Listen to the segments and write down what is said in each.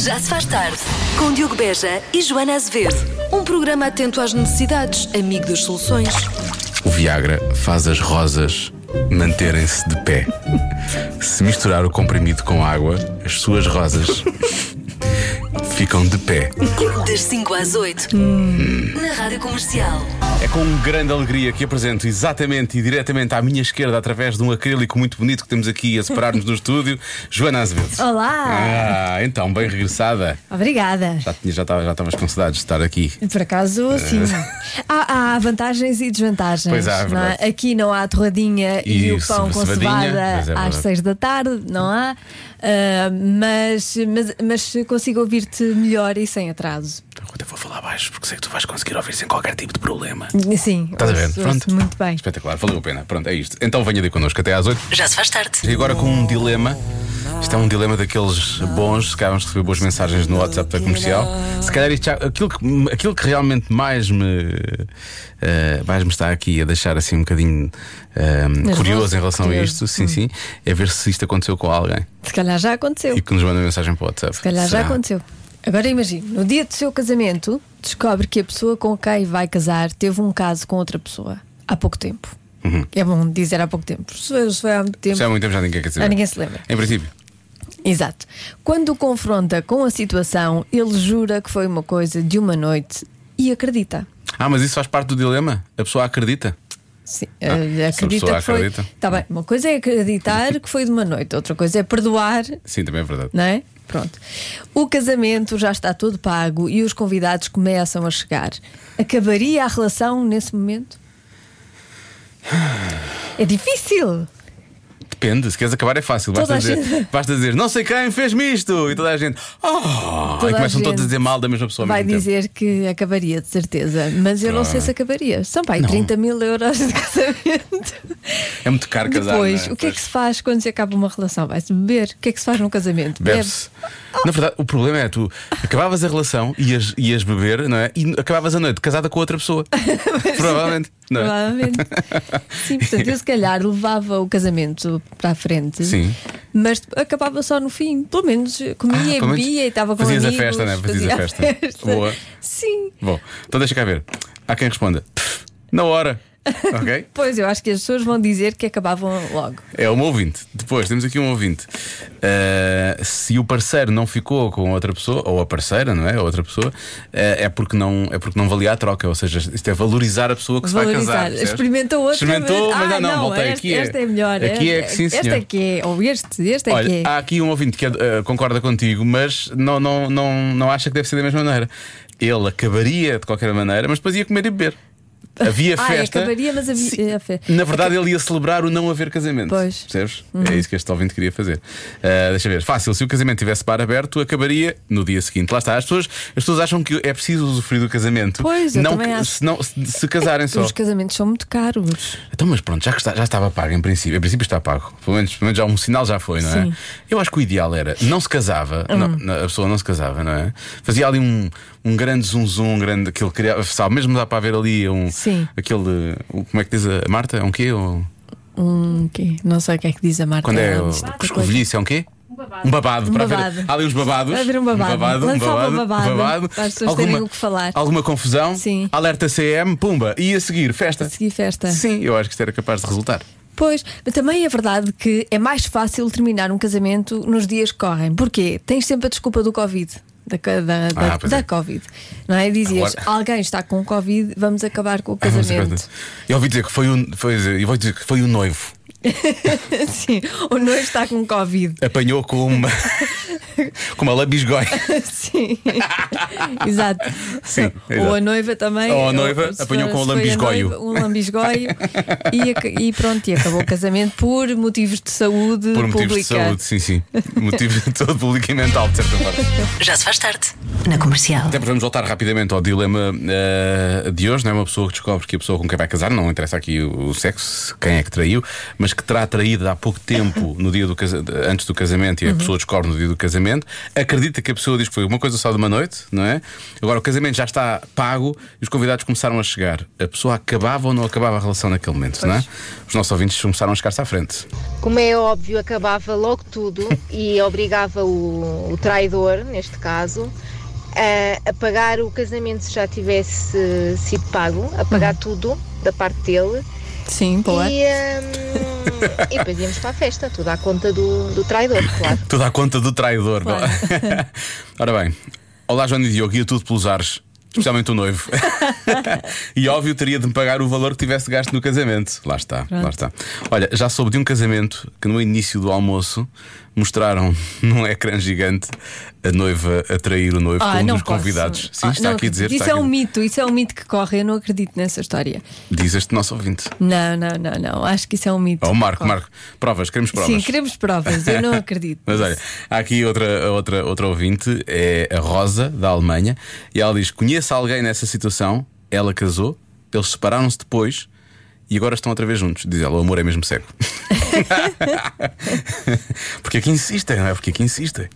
Já se faz tarde, com Diogo Beja e Joana Azevedo. Um programa atento às necessidades, amigo das soluções. O Viagra faz as rosas manterem-se de pé. Se misturar o comprimido com água, as suas rosas ficam de pé. Das 5 às 8, na Rádio Comercial. É com grande alegria que apresento exatamente e diretamente à minha esquerda, através de um acrílico muito bonito que temos aqui a separar-nos do estúdio, Joana Azevedo. Olá! Ah, então, bem regressada. Obrigada. Já tinha- já estava já estavas com saudades de estar aqui. Por acaso, sim. Há, há vantagens e desvantagens. É. Pois há, é não verdade. Aqui não há a torradinha e, E o pão com cevadinha, cevada pois é às verdade. seis da tarde, não há? Ah, mas, mas, mas consigo ouvir-te melhor e sem atraso. Ruta, Então, vou falar baixo porque sei que tu vais conseguir ouvir sem qualquer tipo de problema. Sim, Estás a ver? ouço- Pronto. ouço muito bem. Espetacular, valeu a pena. Pronto, é isto. Então venha de connosco até às 8. Já se faz tarde. E agora com um dilema. Isto é um dilema daqueles bons, se calhar vamos receber boas mensagens no WhatsApp da comercial. Se calhar isto já- aquilo, que, aquilo que realmente mais me, eh, mais me está aqui a deixar assim um bocadinho eh, curioso em relação a curioso. Hum. isto, sim, sim, é ver se isto aconteceu com alguém Se calhar já aconteceu. e que nos manda mensagem para o WhatsApp. Se calhar já aconteceu. Agora imagina, no dia do seu casamento, descobre que a pessoa com quem vai casar teve um caso com outra pessoa há pouco tempo. Uhum. É bom dizer há pouco tempo. Se foi- se foi há muito tempo. Já há muito tempo já ninguém quer saber. Já ninguém se lembra. Em princípio. Exato. Quando o confronta com a situação, ele jura que foi uma coisa de uma noite e acredita. Ah, mas isso faz parte do dilema? A pessoa acredita? Sim, Ah, se a eh, acredita pessoa que foi. acredita. Tá bem, uma coisa é acreditar que foi de uma noite, outra coisa é perdoar Sim, também é verdade. não é? Pronto. O casamento já está todo pago e os convidados começam a chegar. Acabaria a relação nesse momento? É difícil. Depende, se queres acabar é fácil. Basta Toda a dizer, gente- basta dizer, não sei quem fez-me isto! E toda a gente, oh! Toda e a começam gente todos a dizer mal da mesma pessoa. ao Vai mesmo tempo. dizer que acabaria, de certeza. Mas eu não sei se acabaria. São pai, 30 mil euros de casamento. É muito caro casar. né? Depois, não o que é que se faz quando se acaba uma relação? Vai-se beber. O que é que se faz num casamento? Bebe-se. Na verdade, o problema é tu acabavas a relação, ias, ias beber, não é? E acabavas a noite casada com outra pessoa. Provavelmente. Não é? Provavelmente. Sim, portanto, eu se calhar levava o casamento para a frente, Sim. mas acabava só no fim. Pelo menos comia, Ah, pelo menos bebia e estava com fazias a amigos. festa, né? Fazias a festa. Boa. Sim. Bom, então deixa cá ver. Há quem responda, "Pff, na hora. Ok? Pois, eu acho que as pessoas vão dizer que acabavam logo. É uma ouvinte. Depois temos aqui um ouvinte. Uh, se o parceiro não ficou com outra pessoa, ou a parceira, não é? A outra pessoa, uh, é, porque não, é porque não valia a troca. Ou seja, isto é valorizar a pessoa que se vai Valorizar. casar. percebes? Experimentou outra Experimentou, mas, mas ah, não, não, voltei este, aqui. este é, melhor. Aqui é este- que sim, Este senhor. é que é, ou este, este é que Olha, é. há aqui um ouvinte que eh, concorda contigo, mas não, não, não, não acha que deve ser da mesma maneira. Ele acabaria de qualquer maneira, mas depois ia comer e beber. Havia Ah, festa. acabaria, mas havia- Sim. a fe- Na verdade, ele ia celebrar o não haver casamento. Pois. Uhum. Percebes? É isso que este ouvinte queria fazer. Ah, deixa ver. Fácil, se o casamento tivesse bar aberto, acabaria no dia seguinte. Lá está. As pessoas, as pessoas acham que é preciso usufruir do casamento. Pois, eu não, também que- acho. Se, não, se, se casarem só. Os casamentos são muito caros. Então, mas pronto, já, que está- já estava pago, em princípio. Em princípio está pago. Pelo menos, pelo menos já um sinal já foi, não é? Sim. Hum. Eu acho que o ideal era não se casava, não- não, a pessoa não se casava, não é? Fazia ali um, um grande zum zum, um grande aquele criava, sabe, mesmo dá para haver ali um Sim. aquele o- como é que diz a Marta? É um quê? Ou- Hum, ok. Não sei o que é que diz a marca. quando é ela o diz tanta coisa. escovilhice, é um quê? Um babado. Um babado, Um para haver- babado. há ali uns babados. Para haver um babado. Um babado, um Lançava babado, um babado, um babado. para as pessoas terem o que falar. Alguma confusão? Sim. Alerta CM, pumba. E a seguir, festa. A seguir festa. Sim, eu acho que isto era capaz de resultar. Pois, mas também é verdade que é mais fácil terminar um casamento nos dias que correm. Porquê? Tens sempre a desculpa do Covid. Da, co- da, da, Ah, pois da é. Covid. Não é? Dizias, Agora- Ah, alguém está com Covid, vamos acabar com o Vamos casamento. acreditar. Eu ouvi dizer que foi o, foi, eu vou dizer que foi o noivo. Sim, o noivo está com Covid. Apanhou com uma, com uma labisgoia. Sim, exato. Sim, Ou exato. a noiva também. Ou a noiva apanhou com o se foi a lambisgoio. noiva, Um lambisgoio. e, ac- e pronto, e acabou o casamento por motivos de saúde Por pública. motivos de saúde, sim, sim. Motivo de todo público e mental, de certa forma. Já se faz tarde, na comercial. Até porque vamos voltar rapidamente ao dilema eh, de hoje, não é? Uma pessoa que descobre que a pessoa com quem vai casar, não interessa aqui o, o sexo, quem é que traiu, mas que terá traído há pouco tempo no dia do casa- antes do casamento e a pessoa descobre no dia do casamento, acredita que a pessoa diz que foi uma coisa só de uma noite, não é? Agora o casamento já está pago e os convidados começaram a chegar. A pessoa acabava ou não acabava a relação naquele momento, não é? Os nossos ouvintes começaram a chegar-se à frente. Como é óbvio, acabava logo tudo e obrigava o, o traidor, neste caso, a, a pagar o casamento se já tivesse sido pago, a pagar tudo da parte dele. Sim, pô. E, hum, e depois íamos para a festa, tudo à conta do, do traidor, claro. Tudo à conta do traidor, Claro. não é? Ora bem, olá Joana e Diogo, ia tudo pelos ares, especialmente o noivo. e óbvio, teria de me pagar o valor que tivesse gasto no casamento. Lá está, lá está. Olha, já soube de um casamento que no início do almoço mostraram num ecrã gigante a noiva a trair o noivo com um dos convidados. Sim, Ah, está não, aqui a dizer. Isso está é aqui- um mito, isso é um mito que corre. Eu não acredito nessa história. Diz este nosso ouvinte. Não, não, não, não. Acho que isso é um mito. Oh, Marco, Corre. Marco, provas, queremos provas. Sim, queremos provas. Eu não acredito. Mas olha, há aqui outra, outra, outra ouvinte, é a Rosa, da Alemanha, e ela diz: Conheço alguém nessa situação, ela casou, eles separaram-se depois e agora estão outra vez juntos. Diz ela: O amor é mesmo cego. Porque aqui insistem, não é? Porque aqui insistem.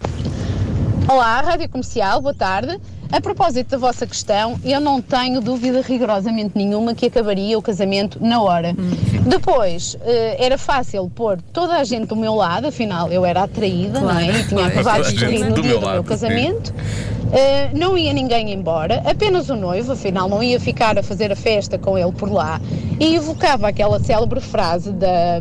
Olá, Rádio Comercial, boa tarde. A propósito da vossa questão, eu não tenho dúvida rigorosamente nenhuma que acabaria o casamento na hora. Hum, Depois, eh, era fácil pôr toda a gente do meu lado, afinal eu era atraída, Claro, não é? E tinha pois. acabado Toda a de gente escrever no do dia meu do lado, meu sim. casamento. Eh, não ia ninguém embora, apenas o noivo, afinal não ia ficar a fazer a festa com ele por lá. E evocava aquela célebre frase da,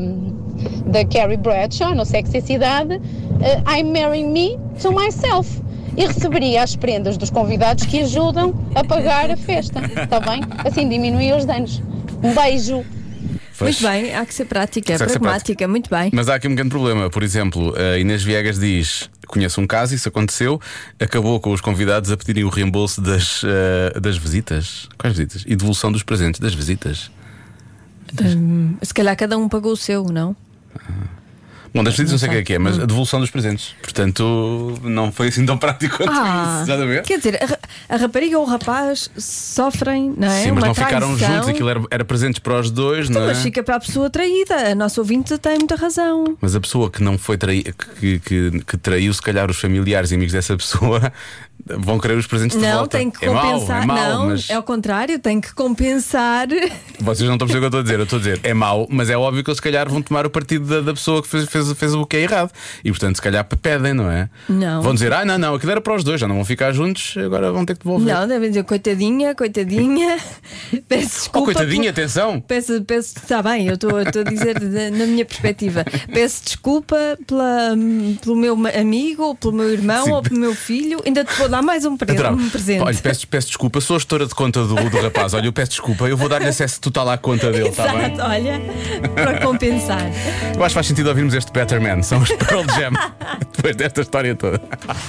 da Carrie Bradshaw, no Sexo e Cidade, eh, I'm marrying me to myself. E receberia as prendas dos convidados que ajudam a pagar a festa, está bem? Assim diminuía os danos. Um beijo! Pois. Muito bem, há que ser prática, é Há que ser pragmática, muito bem. Mas há aqui um grande problema. Por exemplo, a Inês Viegas diz: Conheço um caso, isso aconteceu, acabou com os convidados a pedirem o reembolso das, eh, das visitas. Quais visitas? E devolução dos presentes, das visitas. Se calhar cada um pagou o seu, não? Bom, das visitas não sei o que é que é, mas a devolução dos presentes. Portanto, não foi assim tão prático quanto isso. Estás a ver? Ah, quer dizer, a, ra- a rapariga ou o rapaz sofrem, não é? Sim, mas Uma não ficaram traição. juntos, aquilo era, era presentes para os dois, Então, não é? Mas fica para a pessoa traída. A nossa ouvinte tem muita razão. Mas a pessoa que não foi traí que, que, que traiu, se calhar os familiares e amigos dessa pessoa vão querer os presentes de não, volta. tem que é mau, compensar. é mau, não, mas é ao contrário, tem que compensar. vocês não estão a perceber o que eu estou a dizer. Eu estou a dizer, é mau, mas é óbvio que eles se calhar vão tomar o partido da, da pessoa que fez, fez, fez o que é errado. E portanto, se calhar pedem, não é? Não. Vão dizer, ah, não, não, aquilo era para os dois, já não vão ficar juntos, agora vão ter que devolver. Não, devem dizer coitadinha, coitadinha. Peço desculpa. Oh, coitadinha, por- atenção! Peço, peço, está bem, eu estou estou a dizer da- na minha perspectiva. Peço desculpa pela, hum, pelo meu ma- amigo, ou pelo meu irmão, Sim. ou pelo meu filho. Ainda te vou dar mais um, pre Adorava. um presente. Olha, peço, peço desculpa, sou a gestora de conta do, do rapaz. Olha, eu peço desculpa, eu vou dar-lhe acesso total à conta dele, está Exato, tá bem? olha, para compensar. Eu acho que faz sentido ouvirmos este Better Man, são os Pearl Jam, depois desta história toda.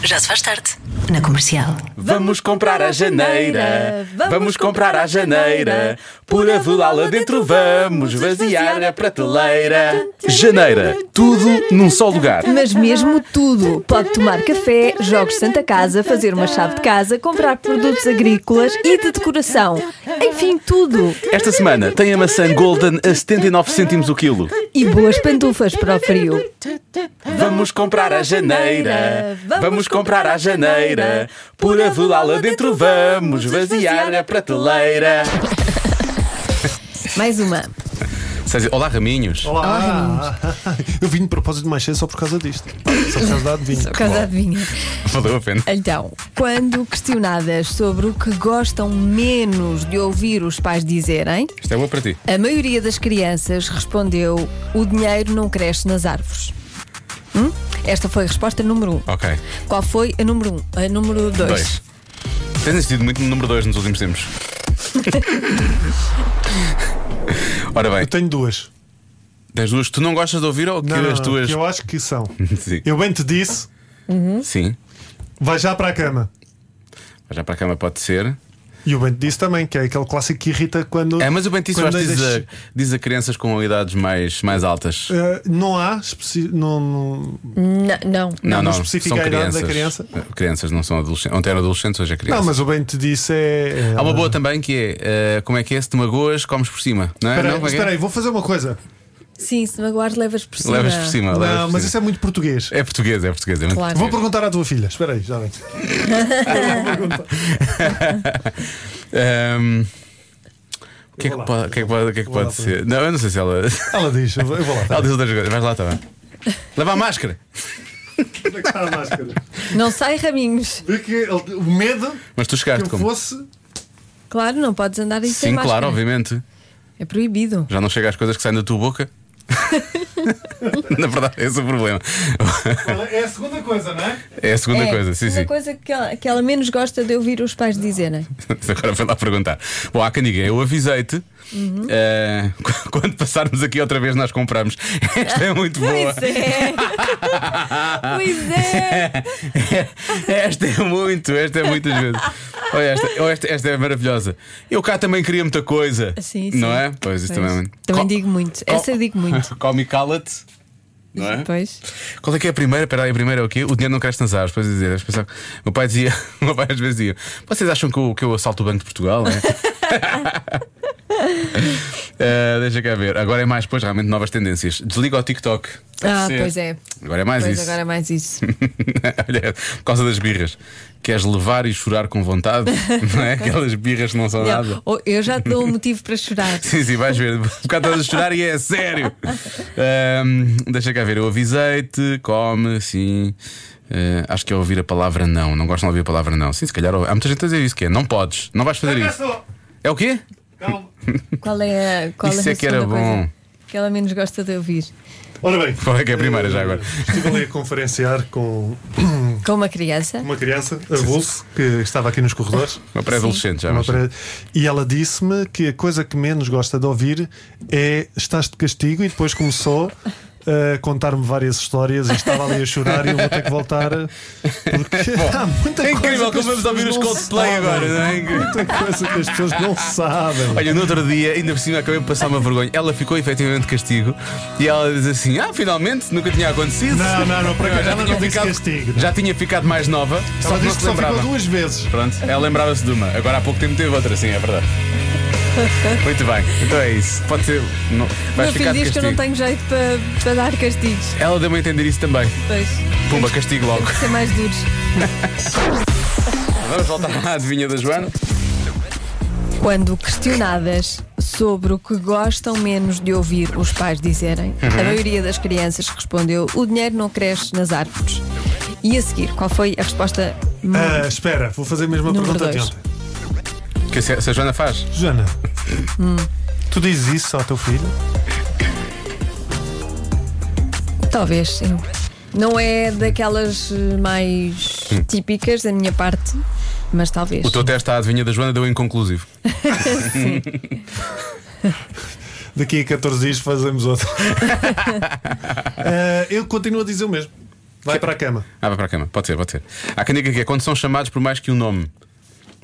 Já se faz tarde, na comercial. Vamos comprar a janeira, vamos comprar a janeira, por avelá-la dentro vamos vaziar a prateleira. Janeira, tudo num só lugar. Mas mesmo tudo. Pode tomar café, jogos de Santa Casa, fazer uma chave de casa, comprar produtos agrícolas e de decoração. Enfim, tudo. Esta semana tem a maçã Golden a 79 cêntimos o quilo. E boas pantufas para o frio. Vamos comprar a janeira, vamos comprar a janeira, por avelá-la dentro vamos vaziar a prateleira. Mais uma. Tá Olá, Raminhos. Olá! Eu vim de propósito mais cedo só por causa disto. Só por causa da adivinha. Por causa da adivinha. Valeu a pena. Então, quando questionadas sobre o que gostam menos de ouvir os pais dizerem, Isto é boa para ti. a maioria das crianças respondeu: o dinheiro não cresce nas árvores. Hum? Esta foi a resposta número um. Ok. Qual foi a número um? A número dois. Dois. Tens insistido muito no número 2 nos últimos tempos. Ora bem, Eu tenho duas. tens duas que tu não gostas de ouvir ou que Não, não, as não, tuas. que eu acho que são. Sim. Eu bem te disse, Sim. vai já para a cama. Vai já para a cama pode ser. E o Bento disse também, que é aquele clássico que irrita quando. É, mas o Bento quando Soares diz, deixa- a- diz a crianças com idades mais, mais altas. Eh, não há especi- não, não- N- Não, Não, não, especifica são a idade da crianças. Eh, criança? Crianças não são adolescentes. Ontem eram adolescentes, hoje é criança. não, mas o Bento disse é. é- Há uma boa também que é eh, como é que é? Se te magoas, comes por cima. Não é? Espera aí, não, como é que é? espera aí, vou fazer uma coisa. Sim, se magoares, levas por cima. Levas por cima. levas Não, por mas cima. isso é muito português. é português, é português. é muito Claro. Vou português. perguntar à tua filha. Espera aí, já vem. Ahm, Ehm, o que é que Eu vou lá. pode, o que é que pode, o que é que Eu vou pode lá ser? Não, eu não sei se ela. Ela diz, eu vou eu vou lá. tá Ela diz outras coisas. Vais lá, está bem. Leva a máscara. bem. Onde é que está a máscara? Não sai raminhos. Vê que ele- O medo Mas tu que chegaste eu como? fosse. Claro, não podes andar aí sem Sim, claro, máscara. obviamente. É proibido. Já não chega às coisas que saem da tua boca. Na verdade, esse é o problema. É a segunda coisa, não é? É a segunda coisa, sim, uma sim. coisa que ela, que ela menos gosta de ouvir os pais dizerem. Agora foi lá perguntar. Bom, há quem diga, eu avisei-te. Uhum. eh, qu- quando passarmos aqui outra vez, nós compramos. Esta é muito boa. Pois é. pois é. Esta é muito, esta é muitas vezes. Olha, esta, oh, esta, esta é maravilhosa. Eu cá também queria muita coisa. Sim, Não sim. é? Pois isso Pois. também é muito. Também Co- digo muito. co- Essa eu digo muito. Come e cala-te. Não é? Pois. Qual é que é a primeira? Espera aí, a primeira é o quê? O dinheiro não cresce nas árvores. Depois dizer, as pessoas- meu pai dizia, meu pai às vezes dizia, vocês acham que eu, que eu assalto o Banco de Portugal? não é? Eh, deixa cá ver. Agora é mais, pois, realmente novas tendências. Desliga o TikTok. Pode Ah, ser. pois é. Agora é mais Pois isso. agora é mais isso. Olha, por causa das birras. Queres levar e chorar com vontade? não é? Aquelas birras que não são nada. Não, ou eu já te dou um motivo para chorar. Sim, sim, vais ver. Ficar todas a chorar e é sério. Ahm, deixa cá ver, eu avisei-te, come, sim. Ah, acho que é ouvir a palavra não. Não gostam de ouvir a palavra não. Sim, se calhar ouve- há muita gente a dizer isso, que é não podes, não vais fazer isso. É o quê? Calma. Qual é a qual Isso é a é que era segunda coisa bom. Que ela menos gosta de ouvir. Ora bem. Eh, Qual é que é a primeira já agora? Estive ali a conferenciar com Com uma criança. uma criança, a Wolf, que estava aqui nos corredores. Uma pré-adolescente já. Uma mas- pre- E ela disse-me que a coisa que menos gosta de ouvir é estás de castigo e depois começou a contar-me várias histórias e estava ali a chorar e eu vou ter que voltar porque há muita É coisa incrível que como as vamos ouvir os pessoas não Coldplay sabem. agora, não é? Incrível. Muita coisa que as pessoas não sabem. Olha, no outro dia, ainda por cima, acabei de passar uma vergonha. Ela ficou efetivamente de castigo e ela diz assim: Ah, finalmente, nunca tinha acontecido. Não, não, não, por Eu acaso já ela tinha não disse ficado- castigo. Já tinha ficado mais nova, só Ela que não disse se que só lembrava. ficou duas vezes. Pronto, ela lembrava-se de uma. Agora há pouco tempo teve outra, sim, é verdade. Muito bem, então é isso. Pode ser. Não, vais Meu ficar filho de diz que eu não castigo. tenho jeito para, para dar castigos. Ela deu-me a entender isso também. Pois. Pumba, castigo logo. Tem que ser mais duros. Vamos voltar à adivinha da Joana. Quando questionadas sobre o que gostam menos de ouvir os pais dizerem, Uhum. a maioria das crianças respondeu: o dinheiro não cresce nas árvores. E a seguir, qual foi a resposta? Ah, espera, vou fazer a mesma Número pergunta de dois. ontem. Que se se a Joana faz? Joana, tu dizes isso ao teu filho? Talvez, sim. Não é daquelas eh, mais típicas da minha parte, mas talvez. Hum. O teu teste à adivinha da Joana deu inconclusivo. Daqui a 14 dias fazemos outro. Eh, eu continuo a dizer o mesmo. Vai para a cama. Ah, vai para a cama, pode ser, pode ser. Há quem diga que é quando são chamados por mais que um nome.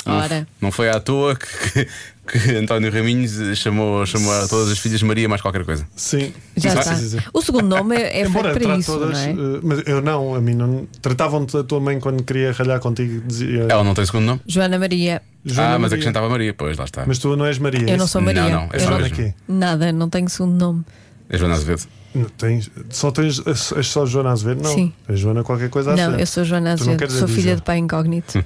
Não- Ora. Não foi à toa que, que- que António Raminhos eh, chamou, chamou a todas as filhas Maria mais qualquer coisa. Sim. Já Sim, está. sim, sim, sim. O segundo nome é, é feito Embora eu para trate isso, todas, não é? eh, mas eu não, a mim não. Tratavam-te a tua mãe quando queria ralhar contigo. Dizia, Ela não tem segundo nome? Joana Maria. Joana ah, mas Maria. acrescentava É. Maria, pois lá está. Mas tu não és Maria. Eu não isso? sou Maria. Não, não, é Eu só Joana mesmo. aqui. Nada, não tenho segundo nome. É Joana Azevedo. Não tens- só tens. És só Joana Azevedo? Não. Sim. És Joana qualquer coisa Não, Azevedo. eu sou Joana Tá Tu não Azevedo, queres sou dizer. filha de pai incógnito.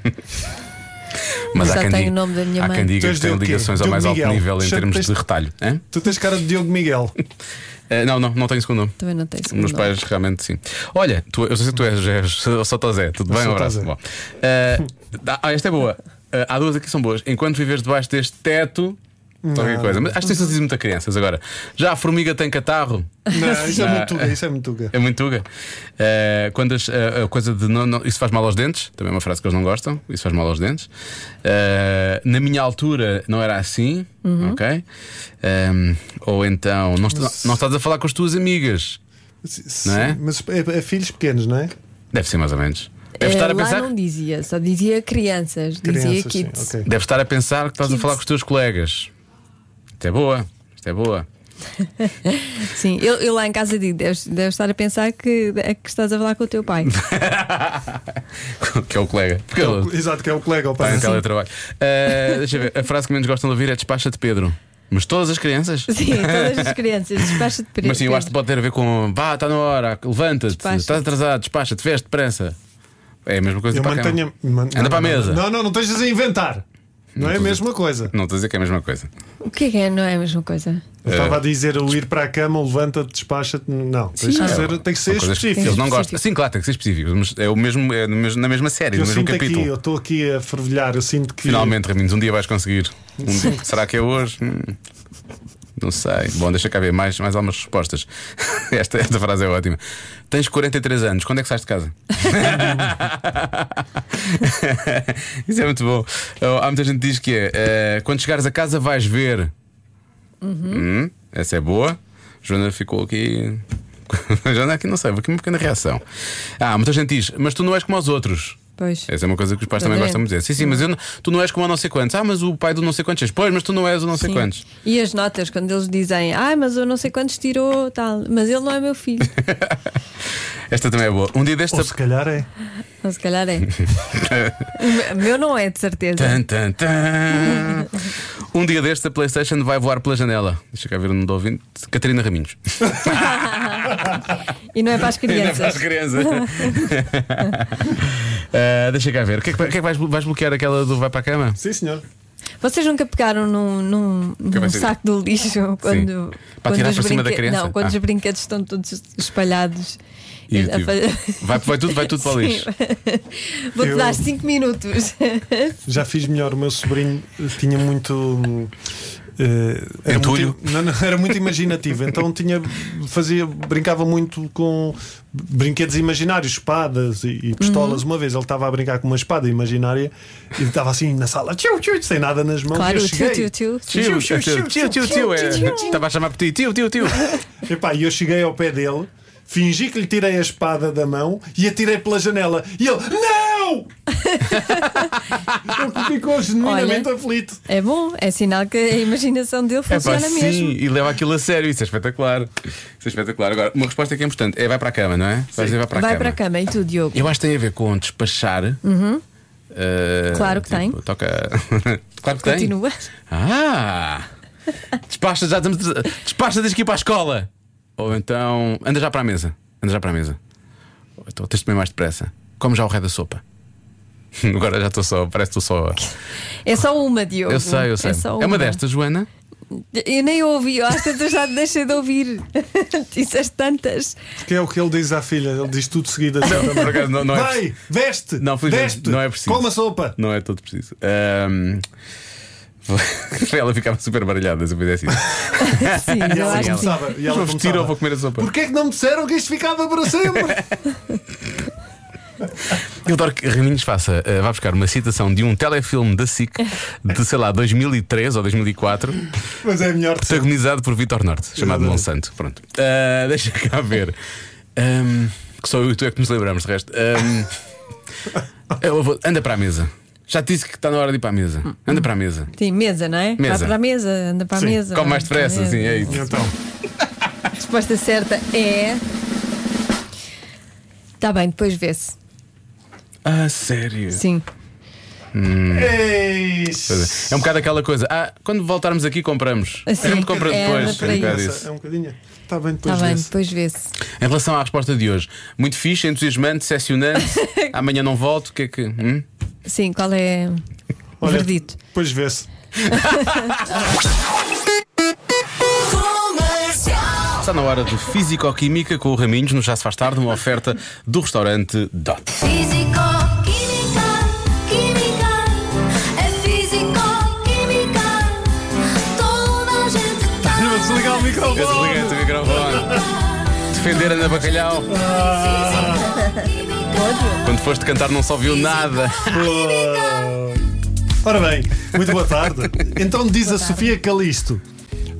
Mas Só há quem tem diga, o nome da minha há mãe. quem diga Tu que és tem de quê? ligações ao Diogo mais alto Miguel. nível em Chama- termos tens- de retalho. Hã? Tu tens cara de Diogo Miguel. Eh, não, não, não tenho segundo nome. Também não tenho segundo Meus nome. pais realmente sim. Olha, tu- eu sei que tu és, és o Sotozé, tudo bem? Um abraço. Sotozé. Bom. Eh, ah, esta é boa. Eh, há duas aqui que são boas. Enquanto viveres debaixo deste teto. Qualquer coisa. Mas acho que isso diz muito a crianças agora. Já a formiga tem catarro. Não, isso é Não. muito tuga. Isso é muito tuga. É muito tuga. Eh, quando as- a, a coisa de não- não- isso faz mal aos dentes, também é uma frase que eles não gostam, isso faz mal aos dentes. Eh, na minha altura não era assim, ok? Ehm, ou então, não, está- não estás a falar com as tuas amigas. Sim, Não é? Mas é, é filhos pequenos, não é? Deve ser mais ou menos. Deve estar Eh, a pensar. Lá não dizia, só dizia crianças, dizia Crianças, sim, kids. ok. Deve estar a pensar que estás a Kids. falar com os teus colegas. Isto é boa, isto é boa. Sim, eu, eu lá em casa digo, deves, deves estar a pensar que, é que estás a falar com o teu pai. que é o colega. Porque ele Exato, que é o colega, o está pai. em teletrabalho. Ah, deixa eu ver, a frase que menos gostam de ouvir é despacha de Pedro. Mas todas as crianças? Sim, todas as crianças, despacha de perigo. Mas sim, eu acho que pode ter a ver com vá, está na hora, levanta-te, Despacha-te. estás atrasado, despacha-te, veste depressa. É a mesma coisa Eu que para a cama. mantenho. man- Anda para a mesa. Não, não, não estejas a inventar. Não é a mesma coisa. Não estou a dizer que é a mesma coisa. O que é que é? Não é a mesma coisa? Eu Estava a dizer o ir para a cama, levanta-te, despacha-te. Não, tens que Ah. ser, tem que ser São coisas que específico. Eles não Específico. gostam. Sim, claro, tem que ser específico, mas é o mesmo, é no mesmo- na mesma série, Eu no mesmo sinto capítulo. aqui, eu estou aqui a fervilhar, eu sinto que. Finalmente, Raminhos, um dia vais conseguir. Um dia. Será que é hoje? Hum, Não sei. Bom, deixa cá ver mais, mais algumas respostas. Esta, esta frase é ótima. Tens 43 anos, quando é que sais de casa? Isso é muito bom. Oh, Há muita gente que diz que é eh, quando chegares a casa vais ver. Hum, essa é boa. Joana ficou aqui. Joana aqui não sei, aqui uma pequena reação. Ah, muita gente diz, mas tu não és como os outros. Pois. Essa é uma coisa que os pais também Exatamente. gostam muito de dizer. Sim, sim, mas eu não- tu não és como o não sei quantos. Ah, mas o pai do não sei quantos. é. Pois, mas tu não és o não sei Sim. quantos. E as notas, quando eles dizem, ah, mas eu não sei quantos tirou, tal, mas ele não é meu filho. Esta também é boa. Um dia desta. Ou se calhar é. Ou se calhar é. O meu não é, de certeza. Tan, tan, tan. Um dia deste, a PlayStation vai voar pela janela. Deixa cá ver o nome do ouvinte. Catarina Raminhos. E não é para as Para as crianças. crianças. Ah, deixa cá ver. O que é que, vai- o que é que vais, vais bloquear aquela do vai para a cama? Sim, senhor. Vocês nunca pegaram num, num, Que vai num ser- saco do lixo quando. Para quando tirar os para cima da criança? Não, quando Ah. os brinquedos estão todos espalhados. E eu A tive. fa- Vai- vai tudo- vai tudo para o Sim. lixo. Vou-te Eu- dar 5 minutos. Já fiz melhor. O meu sobrinho eh, tinha muito. hum, eh, era, Entulho? muito, não, não, era muito imaginativo, então tinha, fazia, brincava muito com brinquedos imaginários, espadas e, e pistolas. Uhum. Uma vez ele estava a brincar com uma espada imaginária e estava assim na sala, tchiu, tchiu, sem nada nas mãos. Claro, e eu o tio, cheguei, tio, tio. Tio, tio, tio, tio, tio, tio. é. Estava a chamar por ti. Tio, tio, tio. Epá, e eu cheguei ao pé dele, fingi que lhe tirei a espada da mão e atirei pela janela. E ele, não! ele ficou genuinamente Olha. aflito. É bom, é sinal que a imaginação dele É pá, funciona sim, mesmo. e leva aquilo a sério, isso é espetacular. Isso é espetacular. Agora, uma resposta que é importante é vai para a cama, não é? Vais dizer, vai para a Vai cama. para a cama, e tu, Diogo? Eu acho que tem a ver com despachar. Eh, Claro que tem. Toca. claro que Continua. tem. Ah! Despacha, já estamos. Despacha, tens que ir para a escola. Ou então. Anda já para a mesa. Anda já para a mesa. Ou então tens de comer mais depressa. Come já o rei da sopa. Agora já estou só. Parece que estou só. É só uma, Diogo. Eu sei, eu sei. É, só é uma destas, Joana? Eu nem ouvi, eu acho que eu já deixei de ouvir. Disseste tantas. Que é o que ele diz à filha, ele diz tudo seguido assim. Não, por acaso, não, não é Vai, veste! Não, felizmente, veste! não é preciso. Coma sopa! Não é todo preciso. Ahm, Ela ficava super baralhada se eu fizesse isso. Sim, E eu ela acho que sim. começava. E ela vou vestir começava, ou vou comer a sopa? Porquê é que não me disseram que isto ficava para sempre? Eu adoro que Raminhos faça, eh, vá buscar uma citação de um telefilme da SIC de, sei lá, 2003 ou 2004, Mas é melhor de sempre. protagonizado por Vitor Norte, chamado Exatamente. Monsanto. Pronto. Ah, deixa cá ver. Ahm, que só eu e tu é que nos lembramos, de resto. Ahm, eu vou- anda para a mesa. Já te disse que está na hora de ir para a mesa. Anda para a mesa. Sim, mesa, não é? Mesa. Vai para a mesa, anda para a mesa. Come mais vai para a depressa, mesa. assim, é isso. Então, A resposta certa é. Está bem, depois vê-se. Ah, sério? Sim. tá eis. Hum. É um bocado aquela coisa. Ah, quando voltarmos aqui compramos. Assim, a gente compra é, depois. anda por É um aí. bocado isso. Essa É um bocadinho. Está bem depois Está Tá bem, desse. depois vê-se. Em relação à resposta de hoje, muito fixe, entusiasmante, decepcionante. Amanhã não volto. O que é que. hum? Sim, qual é o Olha, verdito? Depois vê-se. Está na hora de Físico-Química com o Raminhos, no Já Se Faz Tarde, uma oferta do restaurante Dot. Físico, química, química, é físico, química, toda a gente tá. Eu vou desligar o microfone. Eu desliguei o microfone. Defender Ana Bacalhau. Quando foste cantar, não só ouviu nada. Ora bem, muito boa tarde. Então diz a Sofia Calisto: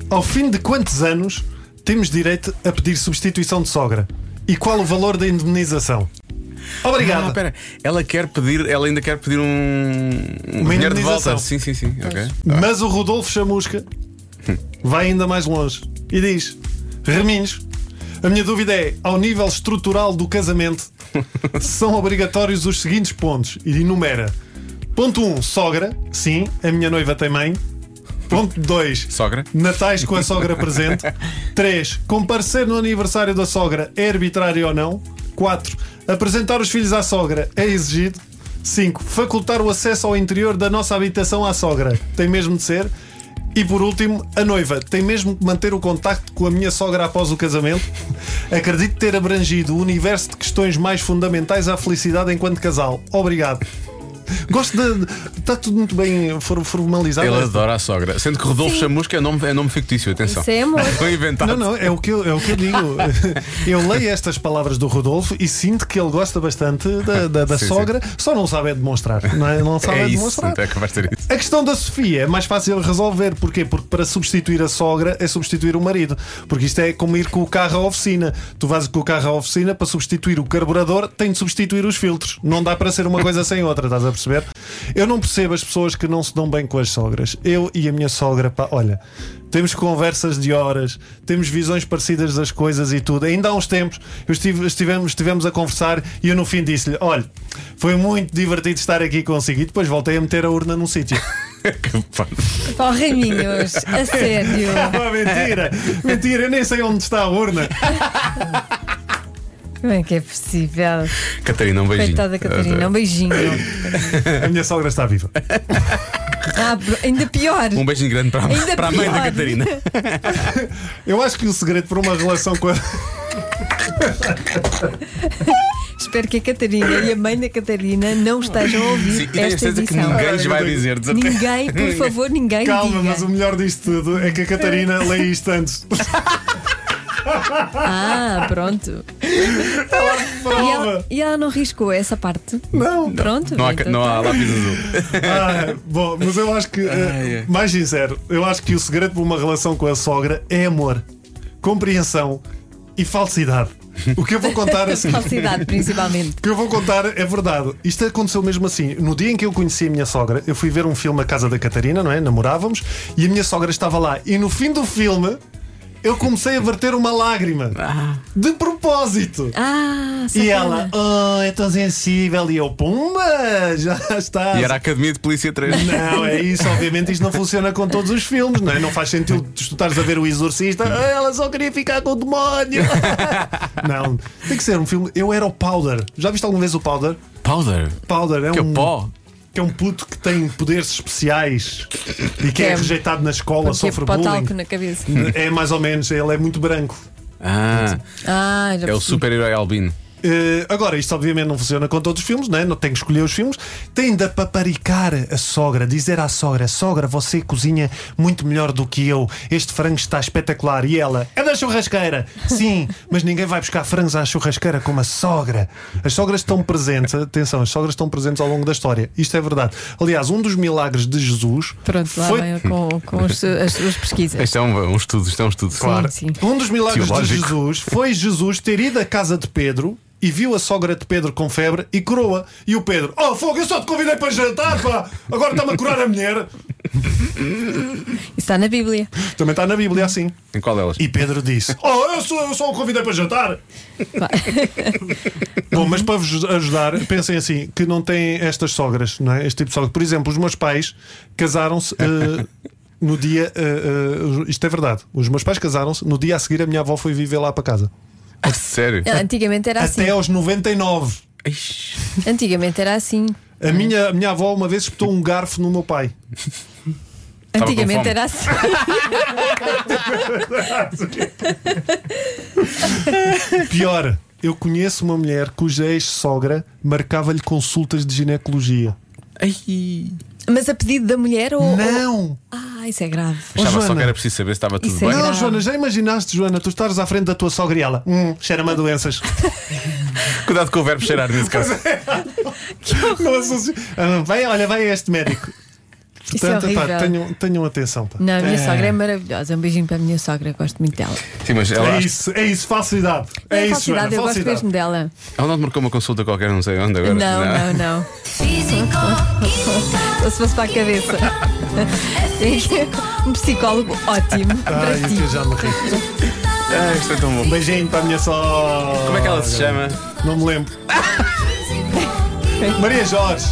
ao fim de quantos anos temos direito a pedir substituição de sogra? E qual o valor da indemnização? Obrigado. Ah, espera. Ela quer pedir, ela ainda quer pedir um, um Uma dinheiro de volta. indemnização. Sim, sim, sim. Ok. Mas o Rodolfo Chamusca vai ainda mais longe e diz: Raminhos, a minha dúvida é: ao nível estrutural do casamento, são obrigatórios os seguintes pontos e enumera: ponto 1, um, sogra, sim, a minha noiva tem mãe. Ponto 2. Sogra. Natais com a sogra presente. 3. Comparecer no aniversário da sogra é arbitrário ou não. 4. Apresentar os filhos à sogra é exigido. 5. Facultar o acesso ao interior da nossa habitação à sogra. Tem mesmo de ser. E por último, a noiva tem mesmo que manter o contacto com a minha sogra após o casamento? Acredito ter abrangido o universo de questões mais fundamentais à felicidade enquanto casal. Obrigado. Gosto de. Está tudo muito bem for- formalizado. Ele é adora a sogra. Sendo que Rodolfo Chamusca é nome, é nome fictício, atenção. Isso é amor. Foi inventado. Não, não, é o, que eu, é o que eu digo. Eu leio estas palavras do Rodolfo e sinto que ele gosta bastante da, da, da Sim, sim. sogra, só não sabe é demonstrar. Não, é? não sabe É é isso, demonstrar. então é capaz de ter isso. A questão da Sofia é mais fácil de resolver. Porquê? Porque para substituir a sogra é substituir o marido. Porque isto é como ir com o carro à oficina. Tu vais com o carro à oficina para substituir o carburador, tem de substituir os filtros. Não dá para ser uma coisa sem outra, estás a perceber? Eu não percebo as pessoas que não se dão bem com as sogras. Eu e a minha sogra, pá, olha, temos conversas de horas, temos visões parecidas das coisas e tudo. Ainda há uns tempos eu estive- estivemos, estivemos a conversar e eu no fim disse-lhe: Olha, foi muito divertido estar aqui consigo. E depois voltei a meter a urna num sítio. É Ó Raminhos, a sério. Ah, mentira! Mentira, eu nem sei onde está a urna. Como é que é possível? Catarina, um beijinho. Coitada Catarina, um beijinho. A minha sogra está viva. Ah, pro- ainda pior. Um beijinho grande para, Ainda para a mãe da pior. Catarina. Eu acho que o segredo para uma relação com a. Espero que a Catarina e a mãe da Catarina não estejam a Sim, ouvir e tenho esta certeza que edição. ninguém lhe vai dizer. de certeza. Ninguém, por favor, ninguém Calma, diga. mas o melhor disto tudo é que a Catarina lê isto antes. Ah, pronto. E ela, Prova! e ela não riscou essa parte? Não! Pronto. Não há, então não há tá. lápis azul. Ah, bom, mas eu acho que, eh, Ai, ai. mais sincero, eu acho que o segredo para uma relação com a sogra é amor, compreensão e falsidade. O que eu vou contar a assim. seguir. Falsidade, principalmente. O que eu vou contar é verdade. Isto aconteceu mesmo assim. No dia em que eu conheci a minha sogra, eu fui ver um filme à casa da Catarina, não é? Namorávamos, e a minha sogra estava lá. E no fim do filme, eu comecei a verter uma lágrima. Ah. De propósito. Ah, e sacana. ela, oh, é tão sensível. E eu, pumba, já está. Ah. E era a Academia de Polícia 3. Não, é isso. Obviamente isto não funciona com todos os filmes, não é? Não faz sentido tu estares a ver o Exorcista. "Ah, Ela só queria ficar com o demónio. Não, tem que ser um filme. Eu era o Powder. Já viste alguma vez o Powder? Powder. Powder é Que é um. pó. Que é um puto que tem poderes especiais e que é, É. rejeitado na escola, Porque sofre pôr talco bullying. na cabeça. É mais ou menos, ele é muito branco. Ah, Ah, já é o percebi. super-herói albino. Eh, agora, isto obviamente não funciona com todos os filmes, né? não tem que escolher os filmes. Tem de paparicar a sogra, dizer à sogra: Sogra, você cozinha muito melhor do que eu. Este frango está espetacular. E ela: É da churrasqueira. Sim, mas ninguém vai buscar frangos à churrasqueira como a sogra. As sogras estão presentes, atenção, as sogras estão presentes ao longo da história. Isto é verdade. Aliás, um dos milagres de Jesus Pronto, lá foi vem com, com os seu- as suas pesquisas. Isto é um, um estudo, isto é um estudo. Claro. Sim. Um dos milagres de Teológico. Jesus foi Jesus ter ido à casa de Pedro e viu a sogra de Pedro com febre e coroa. E o Pedro, oh fogo, eu só te convidei para jantar, pá! Agora está-me a curar a mulher. Isso está na Bíblia. Também está na Bíblia assim. Em qual delas? E Pedro disse, oh, eu só, eu só o convidei para jantar. Bom, mas para vos ajudar, pensem assim: que não têm estas sogras, não é? Este tipo de sogra. Por exemplo, os meus pais casaram-se. eh, No dia, eh, eh, isto é verdade, os meus pais casaram-se. No dia a seguir, a minha avó foi viver lá para casa. Ah, sério? Antigamente era assim. Até aos 99. Ixi. Antigamente era assim. A minha, a minha avó uma vez espetou um garfo no meu pai. com Antigamente fome. era assim. Pior, eu conheço uma mulher cuja ex-sogra marcava-lhe consultas de ginecologia. Mas a pedido da mulher ou. ou- Não! Ah, isso é grave. Achava só Joana. que era preciso saber se estava tudo Isso é bem. Não, grave. Joana, já imaginaste, Joana, tu estares à frente da tua sogra e ela, hum, cheira-me a doenças. Cuidado com o verbo cheirar nesse caso. Não associo- Ah, vai, olha, vai a este médico. Isso é Portanto, pá, horrível. tenham, tenham atenção. Pá. Não, a minha É. sogra é maravilhosa. Um beijinho para a minha sogra, gosto muito dela. Sim, mas ela, É acho- isso, é isso, falsidade. Não É, isso, falsidade, eu Joana, gosto falsidade. mesmo dela. ela não te marcou uma consulta qualquer, não sei onde agora. não, não, não. Físico, Ou se fosse para a cabeça. um psicólogo ótimo para Ai, que eu ti. já me ri. Um Ah, isto é tão bom. Beijinho para a minha só. Como é que ela se chama? Não me lembro. química, Maria Jorge.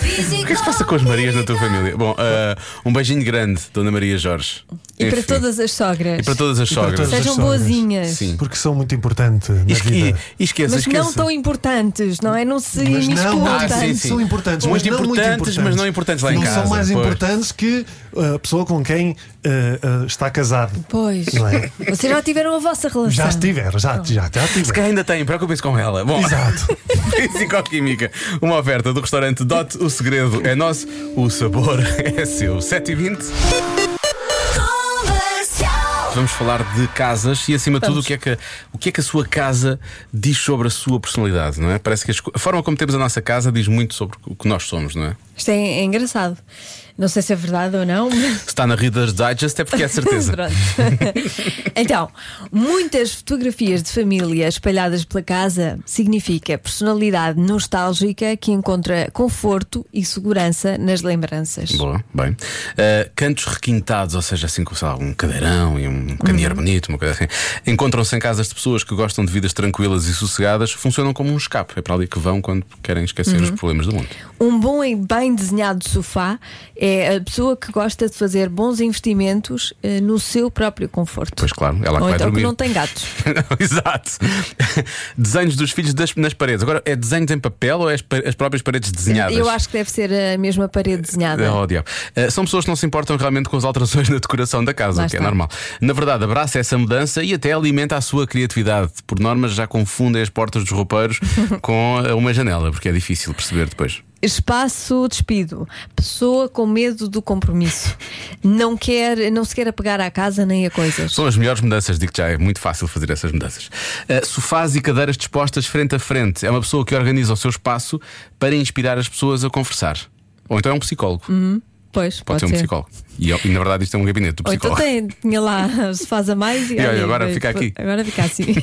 físico. O que é que se passa com as Marias na tua família? Bom, ah, um beijinho grande, Dona Maria Jorge. E para Enfim. todas as sogras. E para todas as E para sogras. todas as Sejam sogras. boazinhas. Sim. Porque são muito importante na Esque- vida. e esqueça, Mas esqueça. não tão importantes, não é? Não se Mas não, imiscuam ah, tanto. sim, sim. são importantes, mas Muito não muito importantes, mas não importantes lá em não casa. são mais pois. importantes que uh, a pessoa com quem uh, uh, está casado. Pois. é. Não é? Vocês já tiveram a vossa relação. Já estiver, já, já, já Se estiver. calhar ainda tem, preocupem-se com ela. Bom, Exato. Fisicoquímica, uma oferta do restaurante Dot. O segredo é nosso, o sabor é seu. 7 e 20 Comercial. Vamos falar de casas e, acima de tudo, o que, é que, o que é que a sua casa diz sobre a sua personalidade, não é? Parece que as co- a forma como temos a nossa casa diz muito sobre o que nós somos, não é? Isto é, é engraçado. Não sei se é verdade ou não. mas- Se está na Reader's Digest é porque é certeza. Pronto. então, muitas fotografias de família espalhadas pela casa significa personalidade nostálgica que encontra conforto e segurança nas lembranças. Boa, bem. Uh, cantos requintados, ou seja, assim com sei lá, um cadeirão e um candeeiro Uhum. bonito, uma coisa assim, encontram-se em casas de pessoas que gostam de vidas tranquilas e sossegadas, funcionam como um escape. É para ali que vão quando querem esquecer Uhum. os problemas do mundo. Um bom e bem desenhado sofá é a pessoa que gosta de fazer bons investimentos eh, no seu próprio conforto. Pois claro, é lá que Ou vai então que dormir. não tem gatos. Exato. desenhos dos filhos das- nas paredes. Agora, é desenhos em papel ou é as, pa- as próprias paredes desenhadas? Eu acho que deve ser a mesma parede desenhada. Oh, diabo. Eh, são pessoas que não se importam realmente com as alterações na decoração da casa, Lá o que é está. normal. Na verdade, abraça essa mudança e até alimenta a sua criatividade. Por norma, já confundem as portas dos roupeiros com eh, uma janela, porque é difícil perceber depois. Espaço despido. Pessoa com medo do compromisso. Não quer, não se quer apegar à casa nem a coisas. São as melhores mudanças, digo que já é muito fácil fazer essas mudanças. Eh, sofás e cadeiras dispostas frente a frente. É uma pessoa que organiza o seu espaço para inspirar as pessoas a conversar. Ou então é um psicólogo. Hum, Pois, Pode, ser um psicólogo. E, e, na verdade isto é um gabinete do Ou então psicólogo. tem, tinha lá, se faz a mais e, E olha, agora fica aqui. Agora fica assim.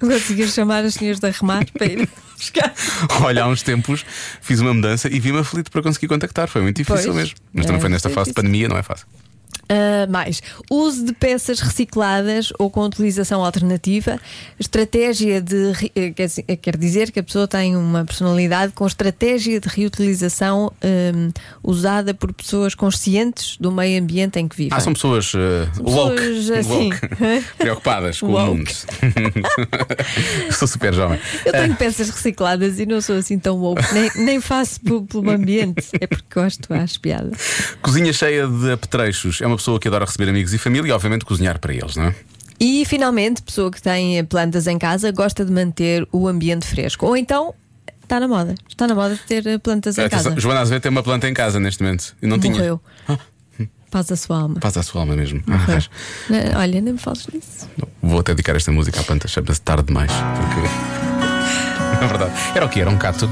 Não conseguias chamar as senhoras de arremar para ir buscar. Olha, há uns tempos fiz uma mudança e vi-me aflito para conseguir contactar. Foi muito difícil Pois, mesmo. Mas também é, foi nesta foi fase de difícil. pandemia, não é fácil. Ah, mais, uso de peças recicladas ou com utilização alternativa, estratégia de. re- eh, Quer dizer- eh, quer dizer que a pessoa tem uma personalidade com estratégia de reutilização hum, usada por pessoas conscientes do meio ambiente em que vivem. Ah, são pessoas eh, woke, pessoas assim. woke, preocupadas com o Woke. mundo. Sou super jovem. Eu É. tenho peças recicladas e não sou assim tão woke, nem, nem faço pelo, pelo ambiente, é porque gosto, acho piada. Cozinha cheia de apetrechos. É uma pessoa que adora receber amigos e família e, obviamente, cozinhar para eles, não é? E finalmente, pessoa que tem eh, plantas em casa gosta de manter o ambiente fresco. Ou então está na moda. Está na moda de ter eh, plantas em Atenção, casa. Joana Azevedo tem uma planta em casa neste momento. E não tinha. Ah. Morreu. Paz a sua alma. Passa a sua alma mesmo. Arras. Na- Olha, nem me fales nisso. Vou até dedicar esta música à planta, chama-se tarde demais. Porque. Na verdade. Era o quê? Era um cato?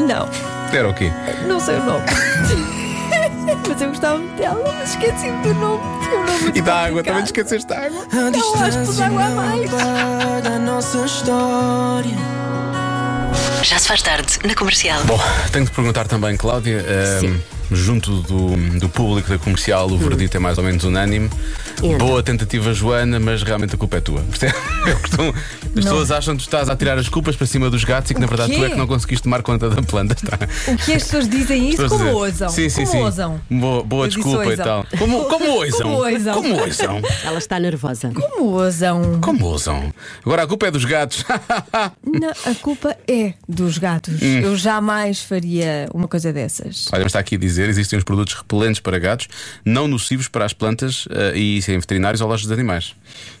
Não, Era o quê? não sei o nome. Mas eu gostava muito dela, mas esqueci-me do nome. porque o nome é E da água, complicado. também te esqueceste da água. A Não, acho que distância água a não mais. apaga a nossa história. Já se faz tarde na comercial. Bom, tenho de perguntar também, Cláudia, ehm, junto do, do público da comercial, Hum. o verdito é mais ou menos unânime. Boa tentativa, Joana, mas realmente a culpa é tua. Percebe? É o que tu- As pessoas acham que tu estás a tirar as culpas para cima dos gatos e que na verdade tu quê? é que não conseguiste tomar conta da planta. Tá? O que as pessoas dizem isso? Estou a Como dizer. ousam? Sim, sim, Como sim. ousam? Boa, boa Eu disse desculpa e ousam. tal. Como, como ousam? Como ousam? Como ousam? Ela está nervosa. Como ousam? Como ousam? Agora a culpa é dos gatos. Não, a culpa é dos gatos. Hum. Eu jamais faria uma coisa dessas. Olha, está aqui a dizer: existem uns produtos repelentes para gatos, não nocivos para as plantas eh, e sem veterinários ou lojas de animais.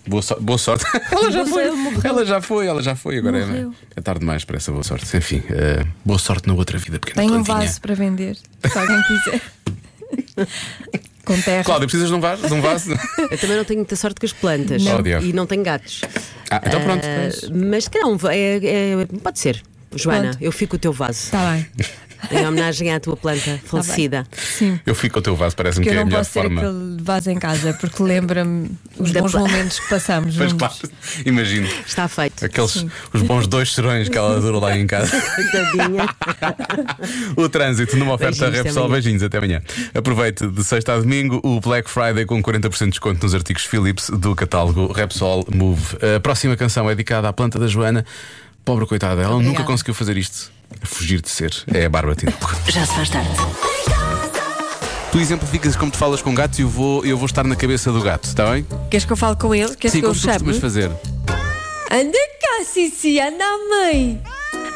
Boa, so- boa sorte. ela, já Boa foi, sorte, morreu. ela já foi, ela já foi. Agora é, Morreu. é tarde demais para essa boa sorte. Enfim, eh, boa sorte na outra vida, pequena Tenho um plantinha. vaso para vender, se alguém quiser. Com terra. Cláudia, precisas de um vaso? De um vaso? Eu também não tenho muita sorte com as plantas Não. Oh, diabo. e não tenho gatos. ah, então pronto. Eh, Ah, mas que não, um é- é- pode ser. Joana, Pronto. Tá. eu fico o teu vaso. Está bem. Em homenagem à tua planta falecida. Sim. Eu fico com o teu vaso, parece-me Porque que eu é a não melhor posso ter forma. aquele vaso em casa, porque lembra-me os Da bons pla- momentos que passamos. Pois juntos. claro, imagino. Está feito. Aqueles os bons dois serões que ela durou lá em casa. Tadinha. O trânsito numa oferta Beijinhos, até Repsol. amanhã. Beijinhos, até amanhã. Aproveite de sexta a domingo o Black Friday com 40% de desconto nos artigos Philips do catálogo Repsol Move. A próxima canção é dedicada à planta da Joana. Pobre coitada, ela nunca conseguiu fazer isto. Fugir de ser. É a Bárbara Tinoco. Já se faz tarde. Tu exemplificas como tu falas com gato e eu vou, eu vou estar na cabeça do gato, está bem? Queres que eu fale com ele? É Queres Sim, que eu como tu chame? costumas fazer. Anda cá, Cici, anda a mãe.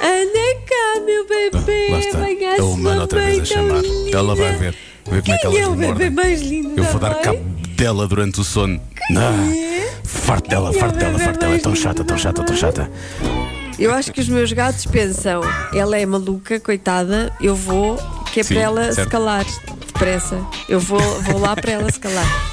Anda cá, meu bebê. Tá, Lá está. Venha É a o humano sua outra mãe vez a tão chamar. linda. Ela vai ver. Ver como é que Quem é elas o me bebê mordem. mais lindo Eu da vou dar Tá mãe? cabo dela durante o sono. Ah, farto dela, farto dela, farto dela. É tão chata, tão chata, tão chata. Eu acho que os meus gatos pensam, ela é maluca, coitada, eu vou, que é Sim, para ela se certo. calar depressa. Eu vou, vou lá para ela se calar.